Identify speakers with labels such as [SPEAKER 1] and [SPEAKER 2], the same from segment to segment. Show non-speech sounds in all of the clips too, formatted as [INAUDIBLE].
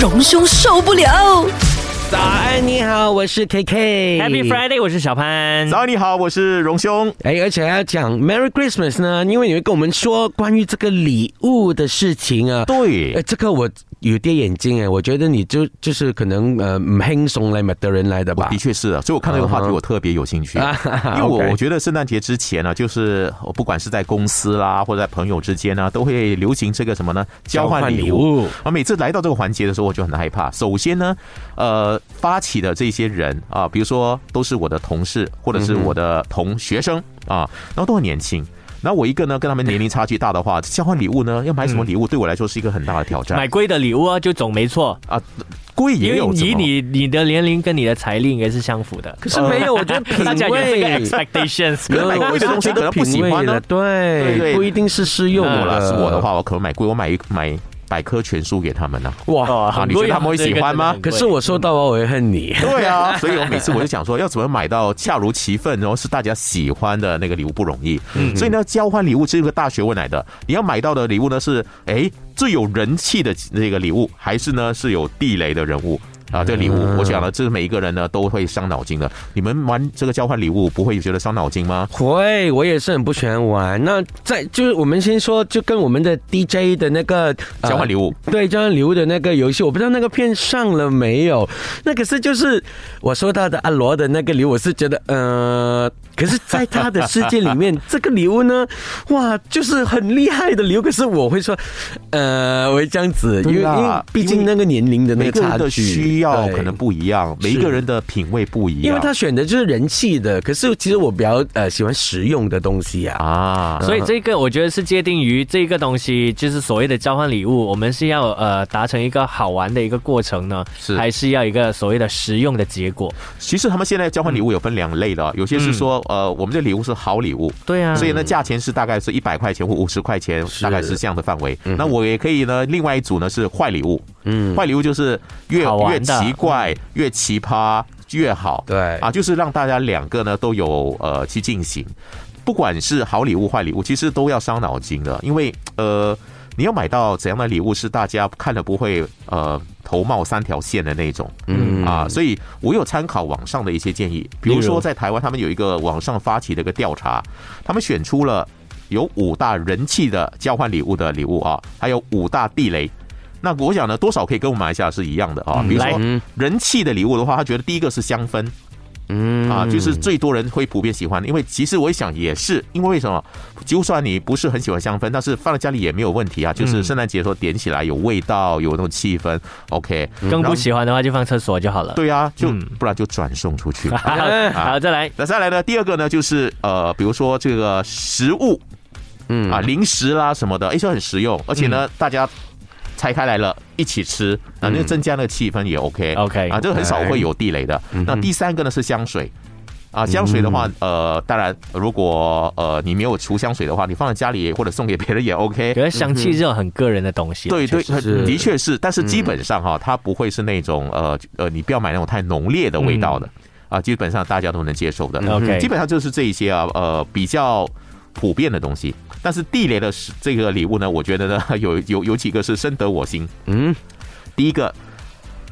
[SPEAKER 1] 荣兄受不了。
[SPEAKER 2] 早安，你好，我是 KK。
[SPEAKER 3] Happy Friday，我是小潘。
[SPEAKER 4] 早安，你好，我是荣兄。
[SPEAKER 2] 哎，而且要讲 Merry Christmas 呢，因为你会跟我们说关于这个礼物的事情啊。
[SPEAKER 4] 对
[SPEAKER 2] 哎，这个我有跌眼镜哎，我觉得你就就是可能呃，唔轻松来买的人来的吧
[SPEAKER 4] 的。确是啊，所以我看到这个话题，我特别有兴趣，
[SPEAKER 2] [LAUGHS] 啊哈哈
[SPEAKER 4] 因为
[SPEAKER 2] OK
[SPEAKER 4] 我我觉得圣诞节之前呢，就是我不管是在公司啦，或者在朋友之间呢，啊都会流行这个什么呢？交换礼物。
[SPEAKER 2] 物
[SPEAKER 4] 啊，每次来到这个环节的时候，我就很害怕。首先呢，呃，发起的这些人啊，比如说都是我的同事或者是我的同学生啊，然后都很年轻。然后我一个呢，跟他们年龄差距大的话，交换礼物呢，要买什么礼物，对我来说是一个很大的挑战
[SPEAKER 3] 买。贵的礼物啊，就总没错，
[SPEAKER 4] 啊，贵
[SPEAKER 3] 因
[SPEAKER 4] 也
[SPEAKER 3] 为
[SPEAKER 4] 有怎
[SPEAKER 3] 以
[SPEAKER 4] 么
[SPEAKER 3] 你你的年龄跟你的财力应该是相符的。
[SPEAKER 2] 可是没有，我觉得品
[SPEAKER 3] 大家有这个
[SPEAKER 2] 味。
[SPEAKER 3] expectations，
[SPEAKER 4] 买贵的东西可能不喜欢呢
[SPEAKER 2] 对
[SPEAKER 4] 对对
[SPEAKER 2] 不一定是适用
[SPEAKER 4] 用我
[SPEAKER 2] 的。
[SPEAKER 4] 啦，是我的，话，我可能买贵，我买一买百科全书给他们呢、
[SPEAKER 2] 哇！
[SPEAKER 3] 哦
[SPEAKER 4] 啊你觉得他们会喜欢吗
[SPEAKER 2] 可是我收到啊，我会恨你。
[SPEAKER 4] 对啊， [LAUGHS] 所以我每次我就想说，要怎么买到恰如其分，然后是大家喜欢的那个礼物不容易。所以呢，交换礼物这个大学问来的。你要买到的礼物呢是，哎，最有人气的那个礼物，还是呢是有地雷的人物？啊，这个礼物，我想呢，这是每一个人呢都会伤脑筋的。你们玩这个交换礼物，不会觉得伤脑筋吗？
[SPEAKER 2] 会，我也是很不喜欢玩。那在就是我们先说，就跟我们的 DJ 的那个、呃
[SPEAKER 4] 交换礼物，
[SPEAKER 2] 对，交换礼物的那个游戏，我不知道那个片上了没有。那可是就是我收到的阿罗的那个礼物，我是觉得
[SPEAKER 4] [LAUGHS]
[SPEAKER 2] 呃，可是在他的世界里面，这个礼物呢，哇，就是很厉害的礼物。可是我会说，呃，我会这样子，因为
[SPEAKER 4] 对啊
[SPEAKER 2] 因为毕竟
[SPEAKER 4] 因为
[SPEAKER 2] 那个年龄的那
[SPEAKER 4] 每个
[SPEAKER 2] 差
[SPEAKER 4] 人
[SPEAKER 2] 距，
[SPEAKER 4] 的需要
[SPEAKER 2] 对
[SPEAKER 4] 可能不一样，每一个人的品味不一样。
[SPEAKER 2] 因为他选的就是人气的，可是其实我比较呃喜欢实用的东西啊。
[SPEAKER 4] 啊，
[SPEAKER 3] 所以这个我觉得是界定于这个东西，就是所谓的交换礼物，我们是要呃达成一个好玩的一个过程呢，
[SPEAKER 4] 是
[SPEAKER 3] 还是要一个所谓的实用的结果？
[SPEAKER 4] 其实他们现在交换礼
[SPEAKER 3] 嗯
[SPEAKER 4] 物有分两类的，有些是说呃，我们这礼物是好礼物。
[SPEAKER 3] 对啊，
[SPEAKER 4] 所以呢，价钱是大概是一百块钱或五十块钱，大概是这样的范围。
[SPEAKER 3] 嗯
[SPEAKER 4] 那我也可以呢，另外一组呢是坏礼物，嗯，坏礼物就是越
[SPEAKER 3] 好玩
[SPEAKER 4] 越
[SPEAKER 3] 的嗯
[SPEAKER 4] 奇怪、越奇葩越好，
[SPEAKER 2] 对
[SPEAKER 4] 啊，就是让大家两个呢都有呃去进行，不管是好礼物坏礼物，其实都要伤脑筋的，因为呃你要买到怎样的礼物是大家看了不会呃头冒三条线的那种，嗯啊，所以我有参考网上的一些建议，比如
[SPEAKER 3] 例如
[SPEAKER 4] 说在台湾他们有一个网上发起的一个调查，他们选出了有五大人气的交换礼物的礼物啊，还有五大地雷。那我想呢，多少可以跟我们马来西亚是一样的啊。比
[SPEAKER 3] 嗯
[SPEAKER 4] 如
[SPEAKER 3] 来
[SPEAKER 4] 说人气的礼物的话，他觉得第一个是香氛，嗯啊，就是最多人会普遍喜欢。因为其实我一想也是，因为为什么？就算你不是很喜欢香氛，但是放在家里也没有问题啊。就是圣诞节的时候点起来有味道，有那种气氛。OK，
[SPEAKER 3] 更
[SPEAKER 4] 然
[SPEAKER 3] 不
[SPEAKER 4] 后
[SPEAKER 3] 喜欢的话就放厕所就好了。
[SPEAKER 4] 对啊，就
[SPEAKER 3] 嗯
[SPEAKER 4] 不然就转送出去。
[SPEAKER 3] 好， [LAUGHS]
[SPEAKER 4] [LAUGHS]
[SPEAKER 3] 好，再来。
[SPEAKER 4] 那再来呢，第二个呢，就是呃，比如说这个食物，嗯啊，零食啦什么的，哎，就很实用，而且呢，大家拆开来了一起吃，啊，那增加那个气氛也 OK。
[SPEAKER 3] OK
[SPEAKER 4] 啊，这个很少会有地雷的。那第三个呢是香水。啊，香水的话，呃，当然，如果呃你没有除香水的话，你放在家里或者送给别人也 OK。
[SPEAKER 3] 觉得香气这种很个人的东西，
[SPEAKER 4] 对对，
[SPEAKER 3] 确实嗯
[SPEAKER 2] 是
[SPEAKER 4] 的确是，但是基本上哈、它不会是那种呃呃，你不要买那种太浓烈的味道的、啊，基本上大家都能接受的。
[SPEAKER 3] 嗯 OK
[SPEAKER 4] 基本上就是这一些啊，呃，比较普遍的东西。但是地雷的是这个礼物呢，我觉得呢， [LAUGHS] 有有有几个是深得我心。
[SPEAKER 2] 嗯，
[SPEAKER 4] 第一个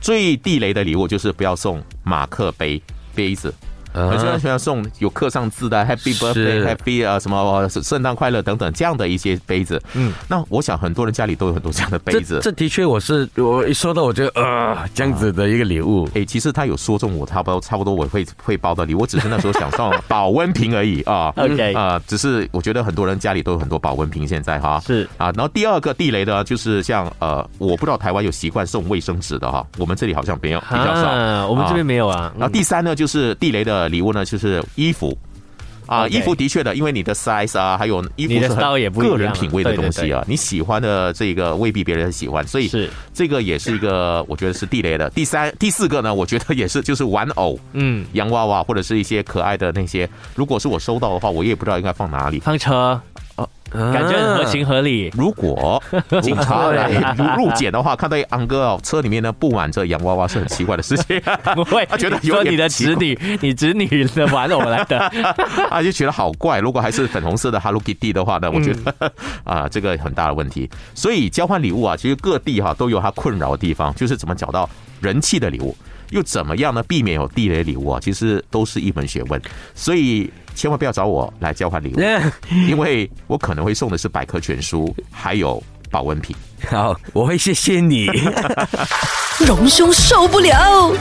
[SPEAKER 4] 最地雷的礼物就是不要送马克杯。杯子，很
[SPEAKER 2] 呃
[SPEAKER 4] 多人喜欢送有刻上字的 “Happy
[SPEAKER 2] 啊是
[SPEAKER 4] Birthday”、“Happy” 啊什么呃圣诞快乐等等这样的一些杯子。
[SPEAKER 3] 嗯，
[SPEAKER 4] 那我想很多人家里都有很多这样的杯
[SPEAKER 2] 这
[SPEAKER 4] 子。
[SPEAKER 2] 这的确我是我一收到我就呃这样子的一个礼物。
[SPEAKER 4] 哎、其实他有说中我差不多差不多我会会包的礼，我只是那时候想送保温瓶而已
[SPEAKER 2] [LAUGHS]
[SPEAKER 4] 啊。
[SPEAKER 2] 哎
[SPEAKER 3] OK 嗯
[SPEAKER 4] 啊、只是我觉得很多人家里都有很多保温瓶，现在哈
[SPEAKER 3] 是
[SPEAKER 4] 啊。然后第二个地雷的就是像呃，我不知道台湾有习惯送卫生纸的哈，我们这里好像没有比较少。
[SPEAKER 3] 啊，我们这边没有啊。
[SPEAKER 4] 然后第三呢，就是地雷的礼物呢，就是衣服。啊，
[SPEAKER 3] OK
[SPEAKER 4] 衣服的确的，因为你的 size 啊，还有衣服
[SPEAKER 3] 你的
[SPEAKER 4] 是很
[SPEAKER 3] style 也不一样啊
[SPEAKER 4] 个人品味的东
[SPEAKER 3] 对
[SPEAKER 4] 西
[SPEAKER 3] 对
[SPEAKER 4] 啊，你喜欢的这个未必别人喜欢，所以
[SPEAKER 3] 是
[SPEAKER 4] 这个也是一个我觉得是地雷的。第三、第四个呢，我觉得也是就是玩偶、
[SPEAKER 3] 嗯，
[SPEAKER 4] 洋娃
[SPEAKER 3] 啊
[SPEAKER 4] 娃或者是一些可爱的那些，如果是我收到的话，我也不知道应该放哪里。
[SPEAKER 3] 放车
[SPEAKER 4] 啊
[SPEAKER 3] 感觉很合
[SPEAKER 2] [LAUGHS]
[SPEAKER 3] 情合 [LAUGHS] 理。
[SPEAKER 4] 如果警察
[SPEAKER 3] [LAUGHS]
[SPEAKER 4] 来入检的话，看到一安哥哦，车里面呢布满着洋娃娃，是很奇怪的事情。
[SPEAKER 3] 不会，
[SPEAKER 4] 他觉得有
[SPEAKER 3] 说
[SPEAKER 4] 点
[SPEAKER 3] 你的
[SPEAKER 4] 奇
[SPEAKER 3] 侄女，你侄女的玩偶来的，
[SPEAKER 4] [LAUGHS] 啊，就觉得好怪。如果还是粉红色的 Hello Kitty 的话呢，我觉得、 [LAUGHS] 啊，这个很大的问题。所以交换礼物啊，其实各地哈、都有它困扰的地方，就是怎么找到人气的礼物，又怎么样呢避免有地雷礼物啊，其实都是一门学问。所以千万不要找我来
[SPEAKER 2] [LAUGHS]
[SPEAKER 4] 交换礼物，因为我可能会送的是百科全书，还有保温瓶。 [LAUGHS]
[SPEAKER 2] 好，我会谢谢你。
[SPEAKER 1] 荣兄受不了。